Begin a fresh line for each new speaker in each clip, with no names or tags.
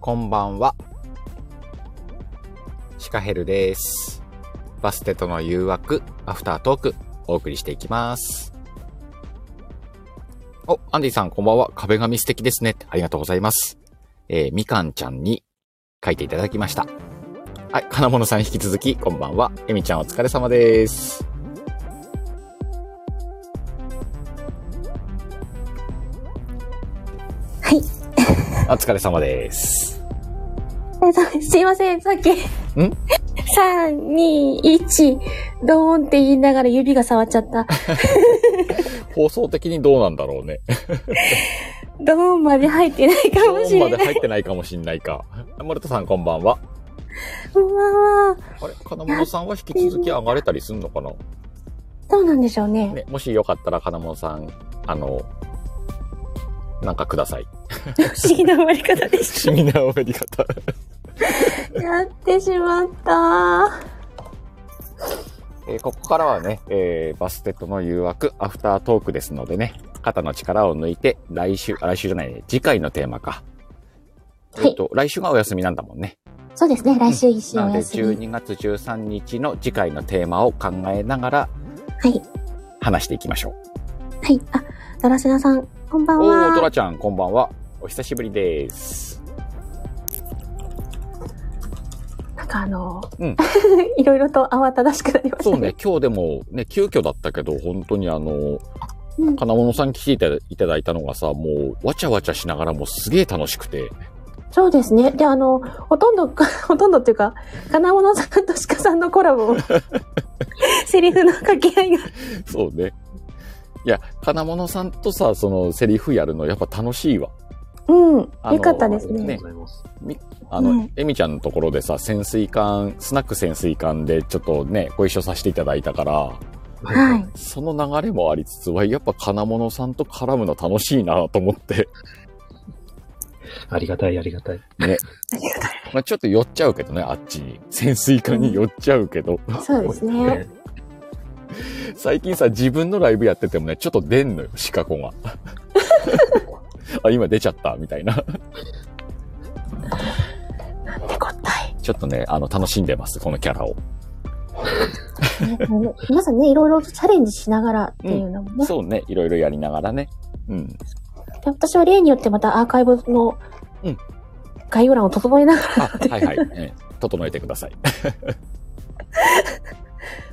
こんばんは。シカヘルです。バステとの誘惑、アフタートーク、お送りしていきます。お、アンディさんこんばんは。壁紙素敵ですね。ありがとうございます。えー、みかんちゃんに書いていただきました。はい、金物さん引き続き、こんばんは。えみちゃんお疲れ様です。
はい。
お疲れ様です。
えっとすいません、さっき。
ん
?3、2、1、ドーンって言いながら指が触っち ゃった。
放送的にどうなんだろうね。
ドーンまで入ってないかもし
ま
れ
で
ない。
入ってないかもしんないか。モルトさんこんばんは。
こんばんは。
あれ金物さんは引き続き上がれたりすんのかな
どうなんでしょうね。
ね、もしよかったら金物さん、あの、なんかくだ さい。
不思議な終わり方でし
不思議な終わり方。
た。やってしまった。
えーここからはね、えーバステットの誘惑、アフタートークですのでね、肩の力を抜いて、来週、あ来週じゃないね、次回のテーマか。
はい
えっと、来週がお休みなんだもんね。
そうですね、来週一週
な
お
ので、
休み。
12月13日の次回のテーマを考えながら
はい。
話していきましょう。
はい。あ、ドラセナさん、こんばん
おー、ド
は。
ラちゃん、こんばんは。お久しぶりです。
なんかあのー、
うん
いろいろと慌ただしくなりました。
そうね、 今日でもね、急遽だったけど、本当にあの、
うん。
金物さん来ていただいたのがさ、もう、わちゃわちゃしながらもうすげえ楽しくて、
そうですね。で、あの、ほとんど、 ほとんどっていうか、金物さんと鹿さんのコ ラボをセリフの掛け合いが。
そうね。いや、金物さんとさ、その、セリフやるの、やっぱ楽しいわ。
うん。
あの
よかったですね。
ね
ありがとうございます。
あの、
うん
エミちゃんのところでさ、潜水艦、スナック潜水艦でちょっとね、ご一緒させていただいたから、
は。
はい
その流れもありつつは、やっぱ金物さんと絡むの楽しいなと思って、
ありがたい、ありがたい。
ありが
まあ、ちょっと寄っちゃうけどね、あっちに。潜水艦に寄っちゃうけど、
とうそうですね。。
最近さ、自分のライブやっててもね、ちょっと出んのよ、シカゴ が。あ、今出ちゃった、みたいな。
なんてこったい。
ちょっとね、あの、楽しんでます、このキャラを。
ねあの皆さんね、いろいろとチャレンジしながらっていうのもね。
そうね、いろいろやりながらね。うん。
で私は例によってまたアーカイブの
うん
概要欄を整えながら、
あ、はいはい。ええ整えてください。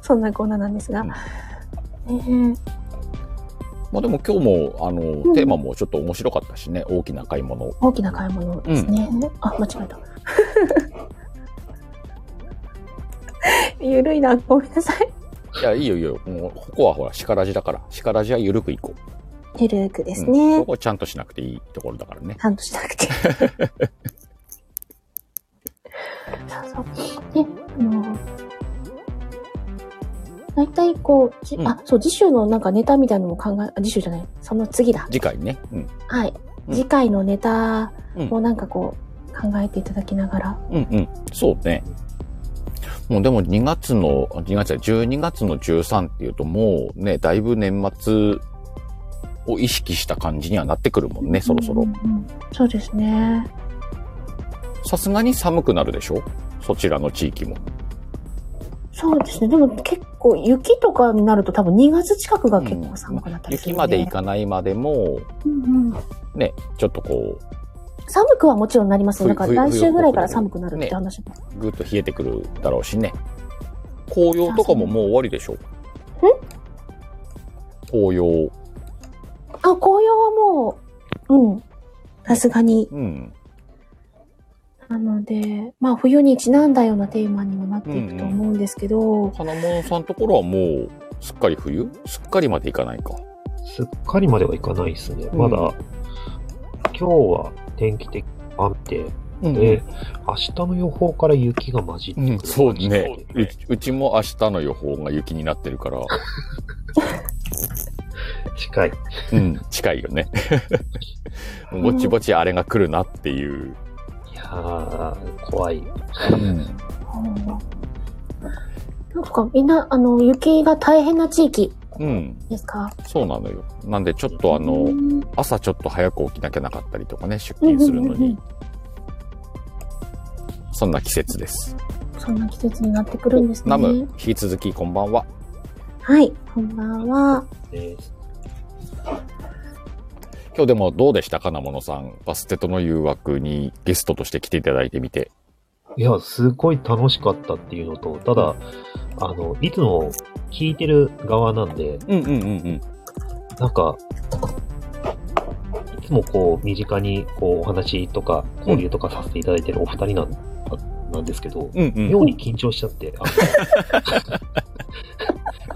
そんなコーナーなんですが。
うん
ねえ
まあでも今日も、あの、
ん
テーマもちょっと面白かったしね、大きな買い物。
大きな買い物ですね。あ、間違えた。 ゆるいな、ごめんなさい。
いや、いいよいいよ。もう、ここはほら、シカラジだから。シカラジはゆるくいこう。
ゆるくです
うん
ね
こ。こちゃんとしなくていいところだからね。
半年なく て。そうそう。で、あの、大体こう、じ
うん
あ、そう、次週のなんかネタみたいなのも考え、あ次週じゃない、その次だ。
次回ね。うん。
はい。
うん
次回のネタ
うん
もなんかこう、考えていただきながら。
うんうん。そうね。もうでも2月の、2月じゃない12月の13っていうともうね、だいぶ年末を意識した感じにはなってくるもんね、そろそろ
うん。うんうん。そうですね。
さすがに寒くなるでしょそちらの地域も。
そうですね。でも結構、雪とかになると多分2月近くが結構寒くなったりす
雪
る、
まで行
い
かないまでも、
うんうん。
ね、ちょっとこ
寒くはもちろんなりますよ。だから
冬
来
冬
週ぐらいから寒くなるって話も
う、ぐっと冷えてくるだろうしね。紅葉とかももう終わりでしょ紅葉。
あ、紅葉はもう、うん。さすがに。
うん。
なので、まあ冬にちなんだようなテーマにもなっていくと思うんですけど、
金物さんところはもう、すっかり冬すっかりまで行かないか。
すっかりまではいかないですね。
うん
まだ、今日は天気的に雨で、
うん
で、明日の予報から雪が混じって
う
くる
ん、そうね
感じ
うち。うちも明日の予報が雪になってる から、
近い。
うん、近いよ ね。ぼちぼちあれが来るなっていう。
いやー、怖い。
うん、
なんかみんな、あの、雪が大変な地域ですか
そうなのよ。なんでちょっとあ
う
の、
ん
朝ちょっと早く起きなきゃなかったりとかね、出勤するの
うんうんうんう
に
ん。
そんな季節です。
そんな季節になってくるんですね
ナ。ム、引き続きこんばんは。
はい、こんばんは。
です。
今日でもどうでしたか、なものさん。バステとの誘惑にゲストとして来ていただいてみて。
いや、すごい楽しかったっていうのと、ただ、あの、いつも聞いてる側なんで、
うんうんうん
なんか、いつもこう、身近にこう、お話とか、交流とかさせていただいてるお二人なん,あ、なんですけど、
うん。うんうん。
妙に緊張しちゃって、 あ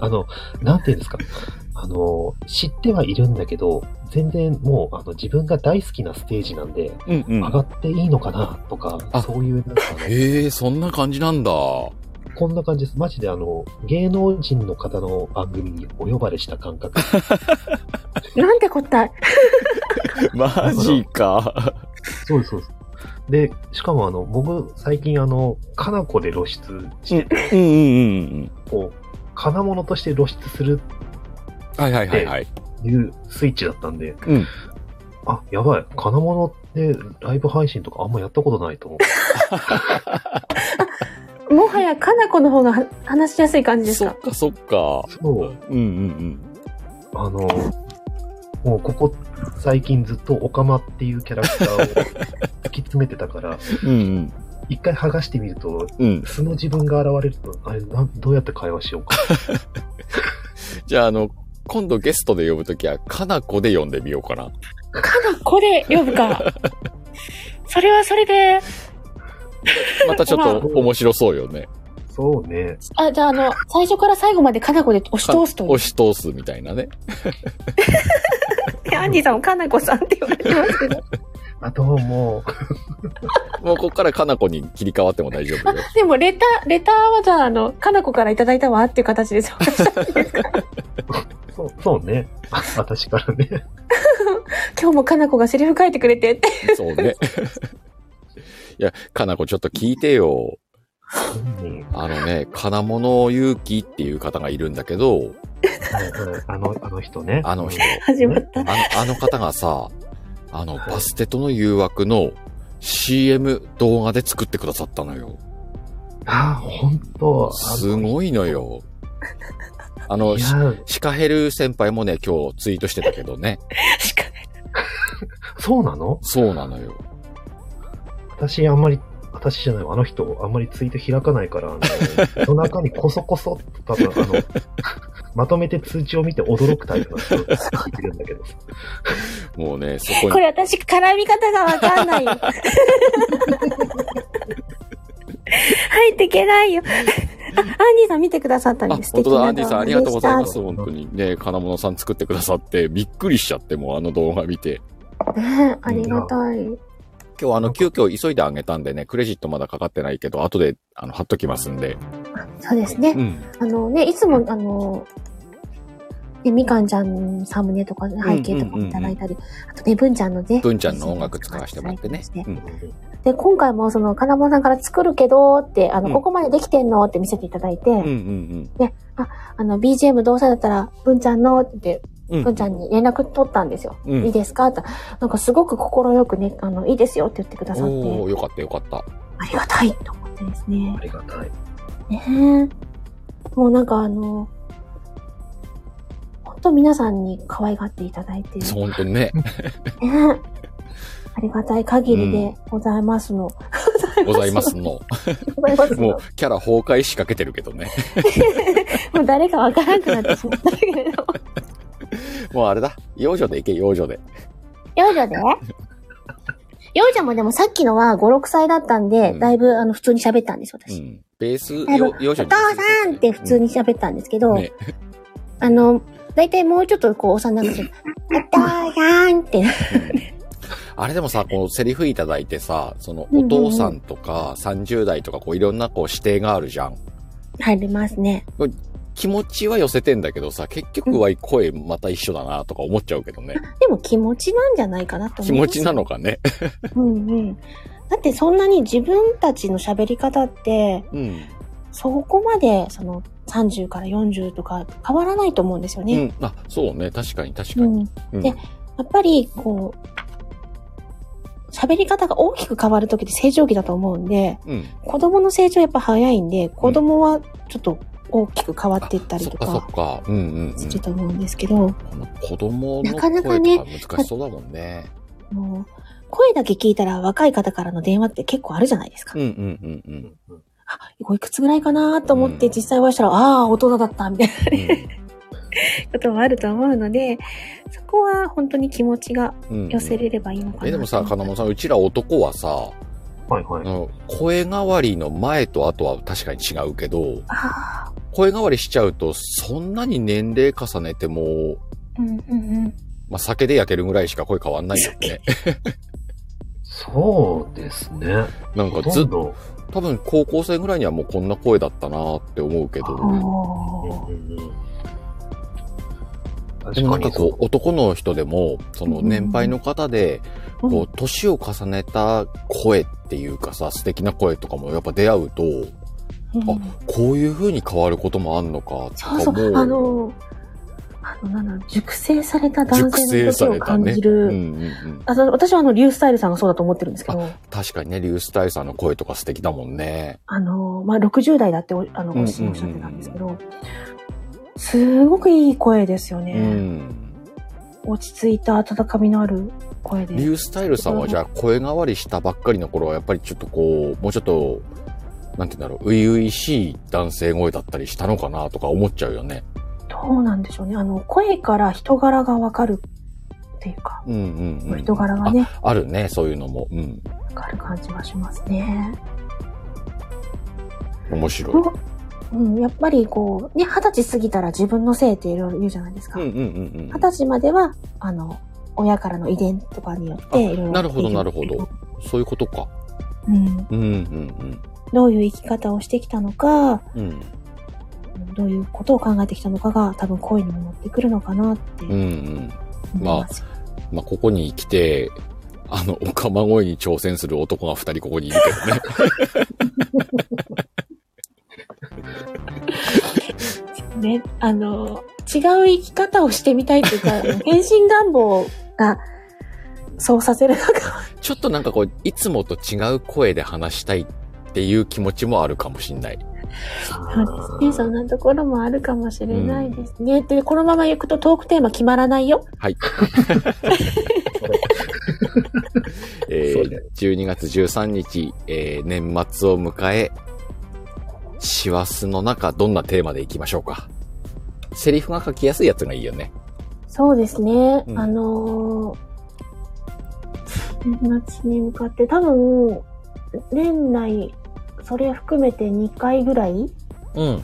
の、あのなんていうんですか、あの、知ってはいるんだけど、全然もう、あの、自分が大好きなステージなんで、
うんう
上
ん。
がっていいのかなとか、
あ
そういう、なんかあの、
ええー、そんな感じなん だ。
こんな感じです。マジであの、芸能人の方の番組にお呼ばれした感覚。
なんてこった。
マジか。
そうです、そうです。で、しかもあの、僕、最近あの、かなこで露出してて、
うんうんうん
こう、金物として露出する
うん。はいはいはいはい。
っていうスイッチだったんで、
うん。
あ、やばい、金物でライブ配信とかあんまやったことないと思って。
もはや、かなこの方がは話しやすい感じです
そ
か
っ。かそっか。
そう、
うんうん
あの、もうここ最近ずっとオカマっていうキャラクターを突き詰めてたから、
うん。うんうん。
一回剥がしてみると、
うん。
素の自分が現れると、あれ、なんどうやって会話しようか。
じゃあ、あの、今度ゲストで呼ぶときは、かなこで呼んでみようかな。
かなこで呼ぶか。 それはそれで、
またちょっと面白そうよね。
そうね。
あ、じゃあ、あの、最初から最後までかなこで押し通すという
押。し通すみたいなね。
でアンディさんもかなこさんって言われてますけど。
あともう、
もうここからかなこに切り替わっても大丈夫 よ。
でも、レター、レターはじゃあ、あの、かなこからいただいたわっていう形 で紹介した。
そうそうね。あ私からね。
今日もかなこがセリフ書いてくれてって。
そうね。いや、かなこちょっと聞いてよ。
うん
あのね、金物勇気っていう方がいるんだけど、
はいはいあの、あの人ね。
あの人。
始まった
あ。の、あの方が さ、あの、バステとの誘惑の CM 動画で作ってくださったのよ。
あ、本当
すごいのよ。あ
あの
の、
い
シ
や、
シカヘル先輩もね、今日ツイートしてたけどね。
しか
そうなの
そうなのよ。
私、あんまり、私じゃないわあの人、あんまりツイート開かないから、あの、夜中にこそこそって多分、あの、まとめて通知を見て驚くタイプの人が聞いてるんだけど。
もうね、そこ
こ
に、
れ私、絡み方がわかんないよ。入っていけないよ。あ、アンディさん見てくださったん
あ
で、す。
本当だ、アンディさんありがとうございま
素
す。
敵な
本
動画
当
で
にね、金物さん作ってくださって、びっくりしちゃって、もうあの動画見て。
ねありがたい。
今日あの、急遽急いであげたんでね、クレジットまだかかってないけど、後で、あの、貼っときますんで。
そうですね。
うん。
あのね、いつも、あの、ね、みかんちゃんのサムネとか、背景とかもいただいたり、あとね、ぶんちゃんのね。
文ちゃんの音楽使わせてもらってね。うん。
で、今回もその、金本さんから作るけどって、あの、
うん
ここまでできてんのって見せていただいて、
うんうん
あの、BGM どうせだったら、文ちゃんのって、
うん。う
文
ん
ち。ゃんに連絡取ったんですよ。
うん
いいですかって。なんかすごく心よくね、あの、いいですよって言ってくださって、
おー、よかったよかった。
ありがたいと思ってですね
あ。りがたい。
ねえもうなんかあの、本当皆さんに可愛がっていただいて、
そう、
ね
本当にね、
え、ありがたい限りでございますの。
ございます の。
ござい ますの。
もう、キャラ崩壊しかけてるけどね。
もう誰かわからなくなってしまったけれ ど。
もうあれだ。幼女でいけ、幼女で。
幼女で幼女もでもさっきのは5、6歳だったんで、
うん
だいぶあの普通に喋ったんです、
う
私。
ん。ベース、よ
だいぶ
幼女
お父
に
さんって普通に喋ったんですけど、
ね。
あの、だいたいもうちょっとこう幼くて、お父さんって。
あれでもさ、こう、セリフいただいてさ、その、
うんう
お
ん
父さんとか、30代とか、こう、いろんな、こう、指定があるじゃん。
入りますね。
気持ちは寄せてんだけどさ、結局は声また一緒だな、とか思っちゃうけ どね。
でも気持ちなんじゃないかなと
気
思
持
います
ちなのかね。
うんうん。だってそんなに自分たちの喋り方って、
うん。
そこまでその30から40とか変わらないと思うんですよ
う
ね。
ん。あ、そうね。確かに、確か
う
に。
ん。
うん
でやっぱり、こう、喋り方が大きく変わる時って成長期だと思うんで、
うん。
子供の成長やっぱ早いんで、子供はちょっと大きく変わっていったりと
そっか
か
そっか。うんうん、うん。
すると思うんですけど、
この子供の
なか
声
な
と
か
か
ね
難しそうだもんね。
もう声だけ聞いたら若い方からの電話って結構あるじゃないですか。
うんうんうん うん。
あ、おいくつぐらいかなと思っ
う
て
ん
実際お会いしたら、ああ、大人だったみたいなこともあると思うので、そこは本当に気持ちが
うんうん
寄せれればいいのかなと。
え、でもさ、金本さん、うちら男はさ、
はいは
あ
い。
の声変わりの前と後は確かに違うけど、
ああ、
声変わりしちゃうと、そんなに年齢重ねても、
うんうんうん。
まあ、酒で焼けるぐらいしか声変わんないよね。
そうですね。
なん
ほ
か
と
ずっ
ん
と、
ど。
多分高校生ぐらいにはもうこんな声だったなって思うけど、
あ
おー
で
確
もな
か
んか
に
こう
そ、
男の人でも、その年配の方で、
うん
こう、年を重ねた声っていうかさ、素敵な声とかもやっぱ出会うと、
うん
こういう風に変わることもあんのか、とか
そう
も
そう、あの、あの、なんだろう熟成された男
熟
性
成
の
され
時を
た
感
ね。
じ
うん
る。
うんうん。
あそう私はあの、リュースタイルさんがそうだと思ってるんですけど、あ
確かにね、リュウスタイルさんの声とか素敵だもんね。
の、まあ、60代だっておあの
うんうんうん
おっしゃってたんですけど、すごくいい声ですよね。
うん。
落ち着いた温かみのある声
リ
で。
ュウスタイルさんはじゃあ声変わりしたばっかりの頃はやっぱりちょっとこう、もうちょっと、なんて言うんだろう、初々しい男性声だったりしたのかなとか思っちゃうよね。
どうなんでしょうね。あの、声から人柄がわかるっていうか、
うんうん、うん。
人柄がね、
あ。あるね、そういうのも。うん。
わかる感じがしますね。
面白い。
こううん、やっぱりこう、ね、二十歳過ぎたら自分のせいっていろいろ言うじゃないですか。
うんうんうん
二十歳までは、あの、親からの遺伝とかによって、いろいろ
うん。なるほど、なるほど。。そういうことか。
うん。
うんうん
どういう生き方をしてきたのか、
うん。うん。
うんどういうことを考えてきたのかが、多分恋にも乗ってくるのかなって
うんう
思い
ん。
ます。
まあ、ここに来て、あの、おかま声に挑戦する男が二人ここにいるけどね。
ね、あの、違う生き方をしてみたいという か、変身願望が、そうさせるのか。
ちょっとなんかこう、いつもと違う声で話したいっていう気持ちもあるかもしんない。
そうですね。そんなところもあるかもしれないですね。で、このまま行くとトークテーマ決まらないよ。
はい。え
そう
ー
だよ、
12月13日、えー年末を迎え、師走の中、どんなテーマでいきましょうか。セリフが書きやすいやつがいいよね。
そうですね。
うん
あのー、年末に向かって、多分、年内、それ含めて2回ぐらい
うん。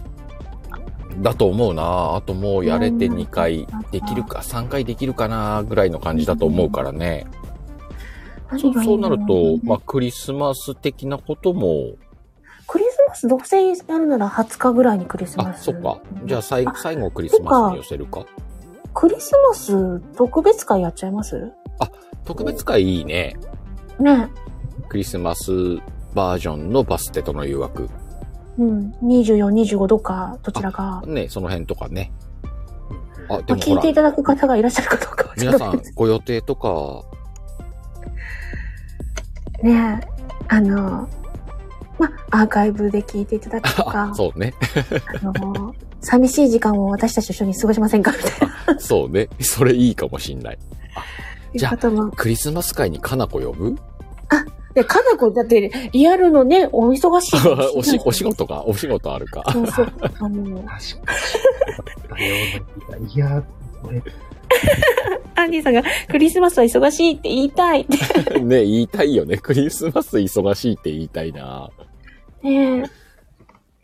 だと思うなあともうやれて2回できるか、3回できるかなぐらいの感じだと思うからね。そうそうなると、まあ、クリスマス的なことも、
クリスマス、どうせやるなら20日ぐらいにクリスマ
あ、
ス。
そっか。じゃあ最後、最後クリスマスに寄せるか。
クリスマス特別会やっちゃいます
特別会いいね。
ね。
クリスマスバージョンのバステとの誘惑。
うん。24、25どっか、どちらか。
ね、その辺とかね。あ、で
まあ、
もほ
聞い
ら
て、いただく方がいらっしゃるかどうかはちょ
皆
っ
さん
と別
ご予定とか、
にね。あの、まあ、アーカイブで聞いていただくと
あ
か、、
そうね。
あの、寂しい時間を私たちと一緒に過ごしませんかみたいな。
そうね。それいいかもしんない。じゃあ
いうことも。
クリスマス会にかなこ呼ぶ
で、かなこ、だって、リアルのね、お忙し い
おし、お仕。事かお仕事あるか。
そう そう。あの、
確かに。だよな。いや、俺、
アンディさんが、クリスマスは忙しいって言いたいって。
ね、言いたいよね。クリスマス忙しいって言いたいな。
ねえ。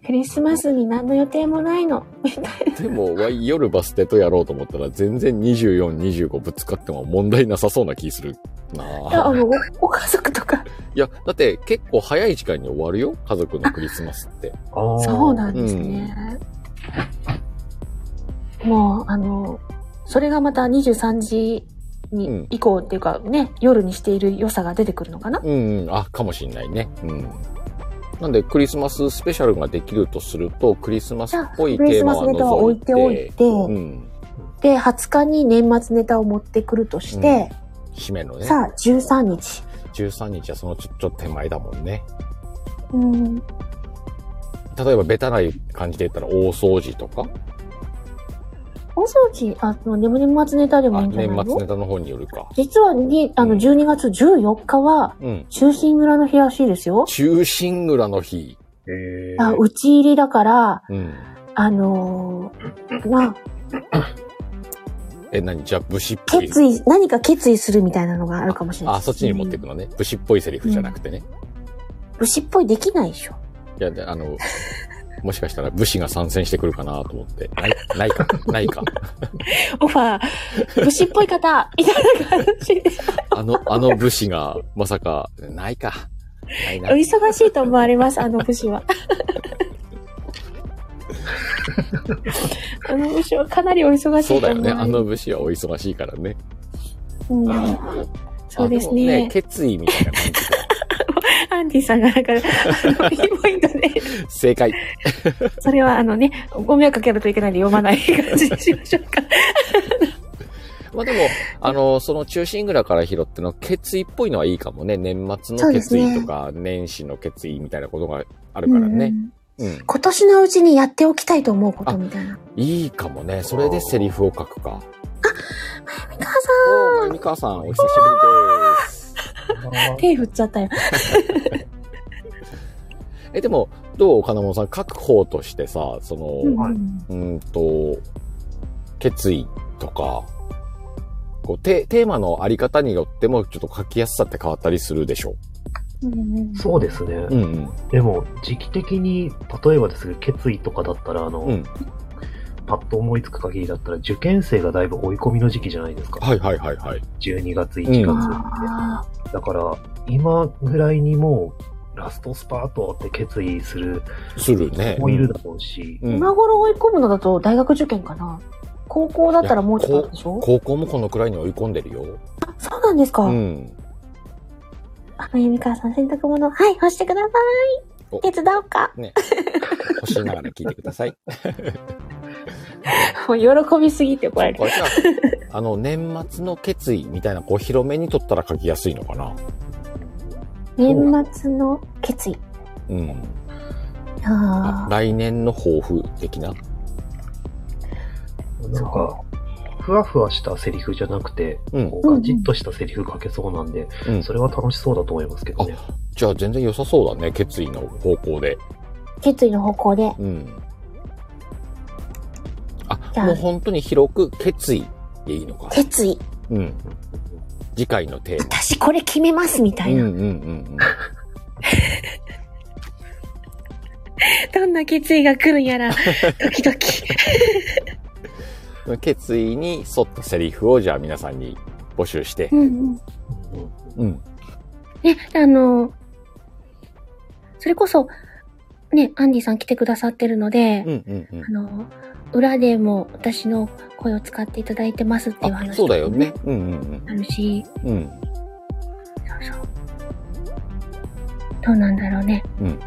クリスマスに何の予定もないの。みたいな。
でも、わい夜バステとやろうと思ったら、全然24、25ぶつかっても問題なさそうな気する
いや、
な。
あの、ごご家族とか。
いや、だって結構早い時間に終わるよ。家族のクリスマスって。
ああ。
そうなんですね。もう、あの、それがまた23時に、
うん
以降っていうかね、夜にしている良さが出てくるのかな。
うん、うん、あ、かもしんないね。うん。なんで、クリスマススペシャルができるとすると、クリスマスっぽい
クリ
テ
ス
ーマ
マス
は
ネタは
除
置
い
い
て、
ておいて、
うん。
で、20日に年末ネタを持ってくるとして、
締めのね。
さあ、13日。
13日はそのちょちょっと手前だもんね。
うん。
例えば、ベタない感じで言ったら、大掃除とか、
大掃除、あの、眠り末ネタでもい
あ、
いんじゃ
年
ない
末ネ
の
タの方によるか。
実はに、あ
う
の、
ん
12月14日は、
うん。
中心蔵の日らしいですよ。
中心蔵の日。
え
あ、
ー、
打ち入りだから、
うん。
あのーまあ、
え、何じゃあ、武士っぽい。
決意、何か決意するみたいなのがあるかもしれない。
あ、そっちに持っていくのね。武士っぽいセリフじゃなくてね。
武士っぽいできないでしょ。
いや、であの、 もしかしたら武士が参戦してくるかなと思って。ない、ないか、ないか。
オファー、武士っぽい方、みたいな感じで。
あの、あの武士が、まさか、ないか。ない
お
な。
忙しいと思われ ます、あの武士は。あの武士はかなりお忙し
そう
いと
だよ
思わ
ね。
れま
あ
す。
の武士はお忙しいからね。
うん、そうです
あも
ね。
決意みたいな感じ
アンディさんが、だから、あの、ピンポイントで、
で。正解。
それはあのね、ご迷惑かけるといけないんで読まない感じにしましょうか。
まあ でも、あの、その中心蔵から拾っての決意っぽいのはいいかもね。年末
そ
の
うで
決
すね
意とか、年始の決意みたいなことがあるからね。うん。
今年のうちにやっておきたいと思うことみたいな。
いいかもね。それでセリフを書くか。
美香さ
おー、まゆみかわさん、お久しぶりです。
ん、手振っちゃったよ。
え、でも、どう金本さん、書く方としてさ、その、
うん
はい
うんと、決意とか、こうテ、テーマのあり方によっても、ちょっと書きやすさって変わったりするでしょ
うん
そうですね、
う。ん
でも、時期的に、例えばですけど、決意とかだったら、あの、
うん
パッと思いつく限りだったら、受験生がだいぶ追い込みの時期じゃないですか。
はいはいはいはい。
12月、1
うん
月って。
あ
だから、今ぐらいにもう、ラストスパートって決意する
するね。
子もいるだろうし、
う
ー
ん
今頃追い込むのだと大学受験かな高校だったらもうちょっとあるでしょ
高校もこのくらいに追い込んでるよ。
そうなんですか、
うん。
あ、まゆみかさん洗濯物、はい、干してくださ
お
い手伝おうか
欲しいながら聞いてくださ い。
もう喜びすぎてこれる。
これじゃあ、あの、年末の決意みたいな、こう、広めに取ったら書きやすいのかな。
年末の決意。
うん。
ああ。
来年の抱負的な。
なんか、ふわふわしたセリフじゃなくて、
うん
こうガチッとしたセリフ書けそうなんで、
うん
それは楽しそうだと思いますけどね。
じゃあ全然良さそうだね、決意の方向で。
決意の方向で。
うん。あ
じ、ゃあ
もう本当に広く決意でいいのか。
決意。
うん。次回のテー
私これ決めますみた
マ。
い
うん
な。
うんうん
どんな決意が来るんやら、ドキドキ。
うん。 決意に沿ったセリフをじゃあ皆さんに募集して
う。んうん。
うん
うん。
ね、あの、それこそ、ね、アンディさん来てくださってるので
う、んうんうん
あ。の、裏でも私の声を使っていただいてますっていう
あ、
話
そ
と
う
か
だ
も
よね。。うんうん
あるし、
うん。うん。
そうそう。どうなんだろうね。
うん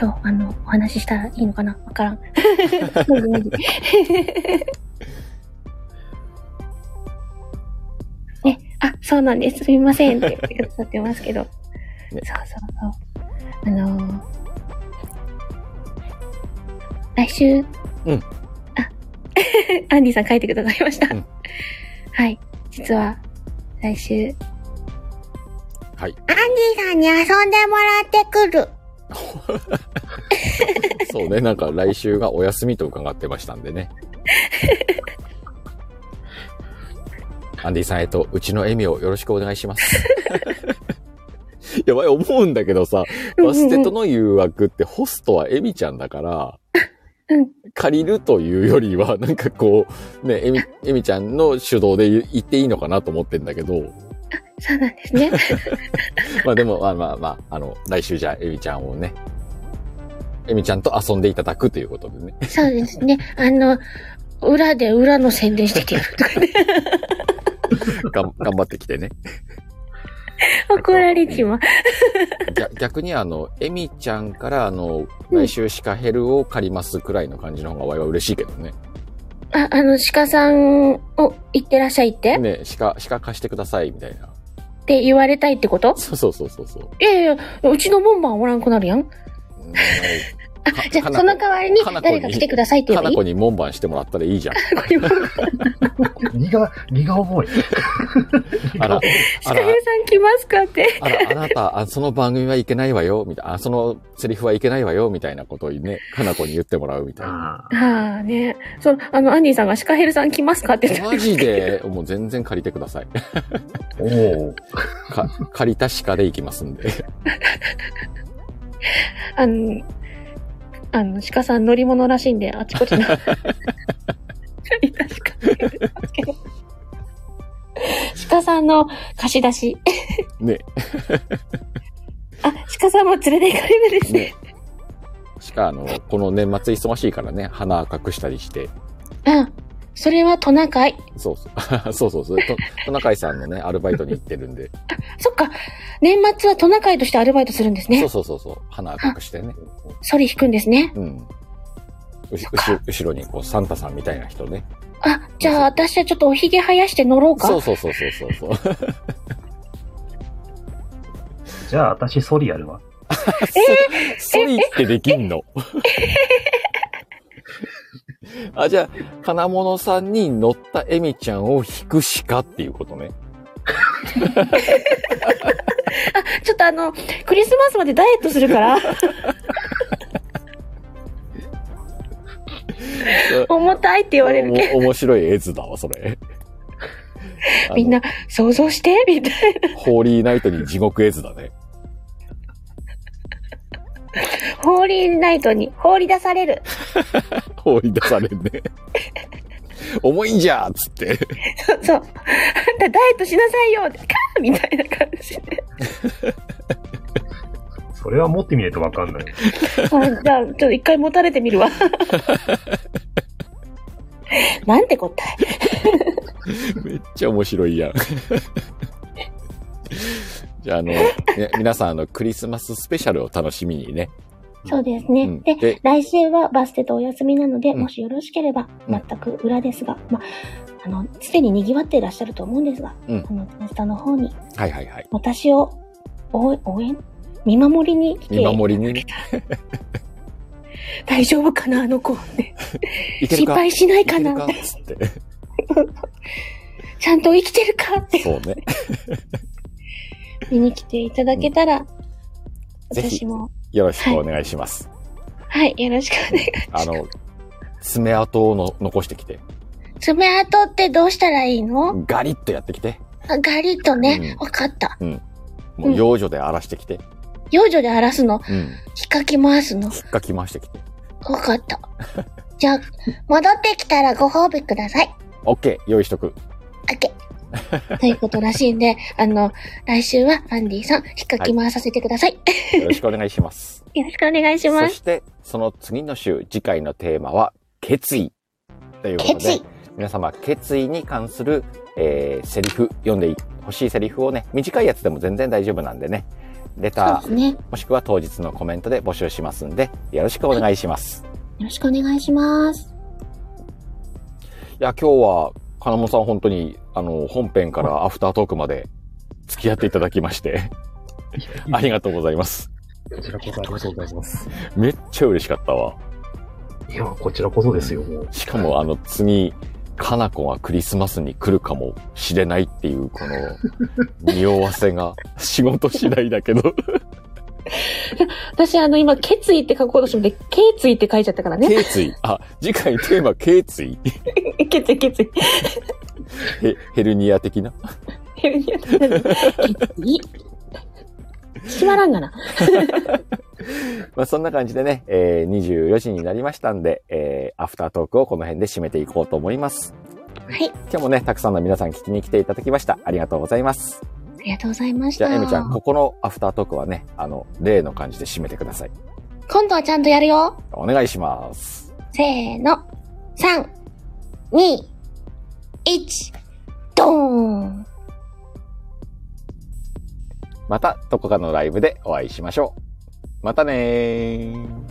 今日、あの、お話ししたらいいのかなわからん。無理無理 ね、あ、そうなんです。すみませんって言ってくださってます けど。そうそうそう。あのー来週、
うん
あ、 アンディさん書いてくださいました。
うん
はい。実は、来週、
はい。
さんに遊んでもらってくる。
そうね。なんか来週がお休みと伺ってましたんでね。 アンディさん、えっと、うちのエミをよろしくお願いします。やばい、思うんだけどさ、バステとの誘惑ってホストはエミちゃんだから、
うん
借りるというよりは、なんかこう、ね、エミ、エミちゃんの主導で言言っていいのかなと思ってんだけど、
そうなんですね。
まあでも、まあまあまあ、あの、来週じゃあエミちゃんをね、エミちゃんと遊んでいただくということでね。
そうですね。あの、裏で裏の宣伝してきてやると かね。
がん頑張ってきてね。
怒られちまう。
ぎゃ逆にあの、エミちゃんからあの、
うん
来週シカヘルを借りますくらいの感じの方がわいは嬉しいけどね。
あ、あの、鹿さんを、行ってらっしゃいって、
ね、シカ、シカ貸してくださいみたいな。
って言われたいってこと
そうそうそうそうそう。
いやいやいや、うちの門番おらんくなるやん。
うん
あ
か、
じゃあ、
かなこ
その代わりに
かなこに
誰か来てくださいって言え
か
ば
ない
い
こに門番してもらったらいいじゃん。
荷が、荷が重い。
あら、あ
スカ
ら
イ、さん来ますかって。
あら、あなた、あその番組はいけないわよ、みたいな、あそのセリフはいけないわよ、みたいなことをね、かなこに言ってもらうみたいな。
あー
ああね。そう、あの、アンディさんがシカヘルさん来ますかって言って
マジで、もう全然借りてください。
おお。
か借りた鹿で行きますんで。
あの、あの、鹿さん乗り物らしいんで、あちこ ちの。確かに鹿さんの貸し出し。
ね、
あ、鹿さんも連れて行かれるんですね。
ね。しか、あの、この年末忙しいからね、鼻隠したりして。
うん。それはトナカイ。
そうそう。 そうそうそう。とトナカイさんのね、アルバイトに行ってるんで。
そっか。年末はトナカイとしてアルバイトするんです
そ
ね
う。そうそうそう。鼻隠してね。
ソリ引くんですね。
うん。うしうし後ろにこう、サンタさんみたいな人ね。
あ、じゃあ私はちょっとおひげ生やして乗ろうか。
そうそうそうそうそうそう。
じゃあ、私、ソリやるわ。
ソリってできんの あ、じゃあ、金物さんに乗ったエミちゃんを引くしかっていうことね。
ちょっとあの、クリスマスまでダイエットするから。重たいって言われるけ
お面白い絵図だわ、それ。
ど、 みんな
あ
想像してみたい
の。ホーリーナイトに地獄絵図だね。
な。ホーリーナイトに放り出される。
放り出されんね。重いんじゃーっつって。
そうそう。あんたダイエットしなさいよカーみたいな感じで。
それは持ってみないとわかんない。
あじゃあ、ちょっと一回持たれてみるわ。なんて答え。
めっちゃ面白いやん。 じゃあ、あの、ね、皆さん、あの、クリスマススペシャルを楽しみにね。
そうですね。
うん
で
で
来週はバスケとお休みなので、
うん
もしよろしければ、
うん
全く裏ですが、まあ、あの、すでに賑わっていらっしゃると思うんですが、
うん
このインスタの方に、
はいはいはい。
私を応援、応援見守りに来て
見、守りにね。
大丈夫かなあの子ね。
いける
失
か
敗しない
いけ
か
る
な
かつって。
ちゃんと生きてるかって
そうね。
見に来ていただけたら、
ぜひ
私も、
よろしくお願いします。
はい、よろしくお願い。
あの、爪痕をの残してきて、
爪痕ってどうしたらいいの
ガリッとやってきて、
あガリッとね、
う
わ、かった。
もう幼女で荒らしてきて、
幼女で荒らすの
うん、
引っかき回すの
引っかき回してきて、
わか った。じゃあ、戻ってきたらご褒美ください。
オッケー用意しとく。
オッケー。 ということらしいんで、あの、来週はアンディさん、引っかき回させてください。
よろしくお願いし ます。
よろしくお願いしま
そ
す。
して、その次の週、次回のテーマは、決意。ということ
決
で
意、
皆様、決意に関する、えー、セリフ、読んでほしいセリフをね、短いやつでも全然大丈夫なんでね、レ
そう
ター
です、ね。よ
もしくは当日のコメントで募集しますんで、よろしくお願いします。
ろしくお願いします。
いや、今日は、金本さん本当に、あの、本編からアフタートークまで付き合っていただきま して、ありがとうございます。
こちらこそありがとうございます。
めっちゃ嬉しかったわ。
いや、こちらこそですよ、もう。
しかも、あの、次、かなこがクリスマスに来るかもしれないっていう、この、匂わせが、 仕事次第だけど、
私、あの、今、決意って書こうとしてもで、決意って書いちゃったからね。
頸椎。あ、次回テーマ、頸椎。
決意、決意。
ヘヘルニア的な。
決 意。しまらんがな。
まあ、そんな感じでね、えー24時になりましたんで、えーアフタートークをこの辺で締めていこうと思います。
はい。
今日もね、たくさんの皆さん聞きに来ていただきました。ありがとうございます。
ありがとうございまし
じ
た。
ゃあ、エミちゃん、ここのアフタートークはね、あの、例の感じで締めてください。
今度はちゃんとやるよ。
お願いします。
せーの。3、2、1、ドーン
また、どこかのライブでお会いしましょう。またねー。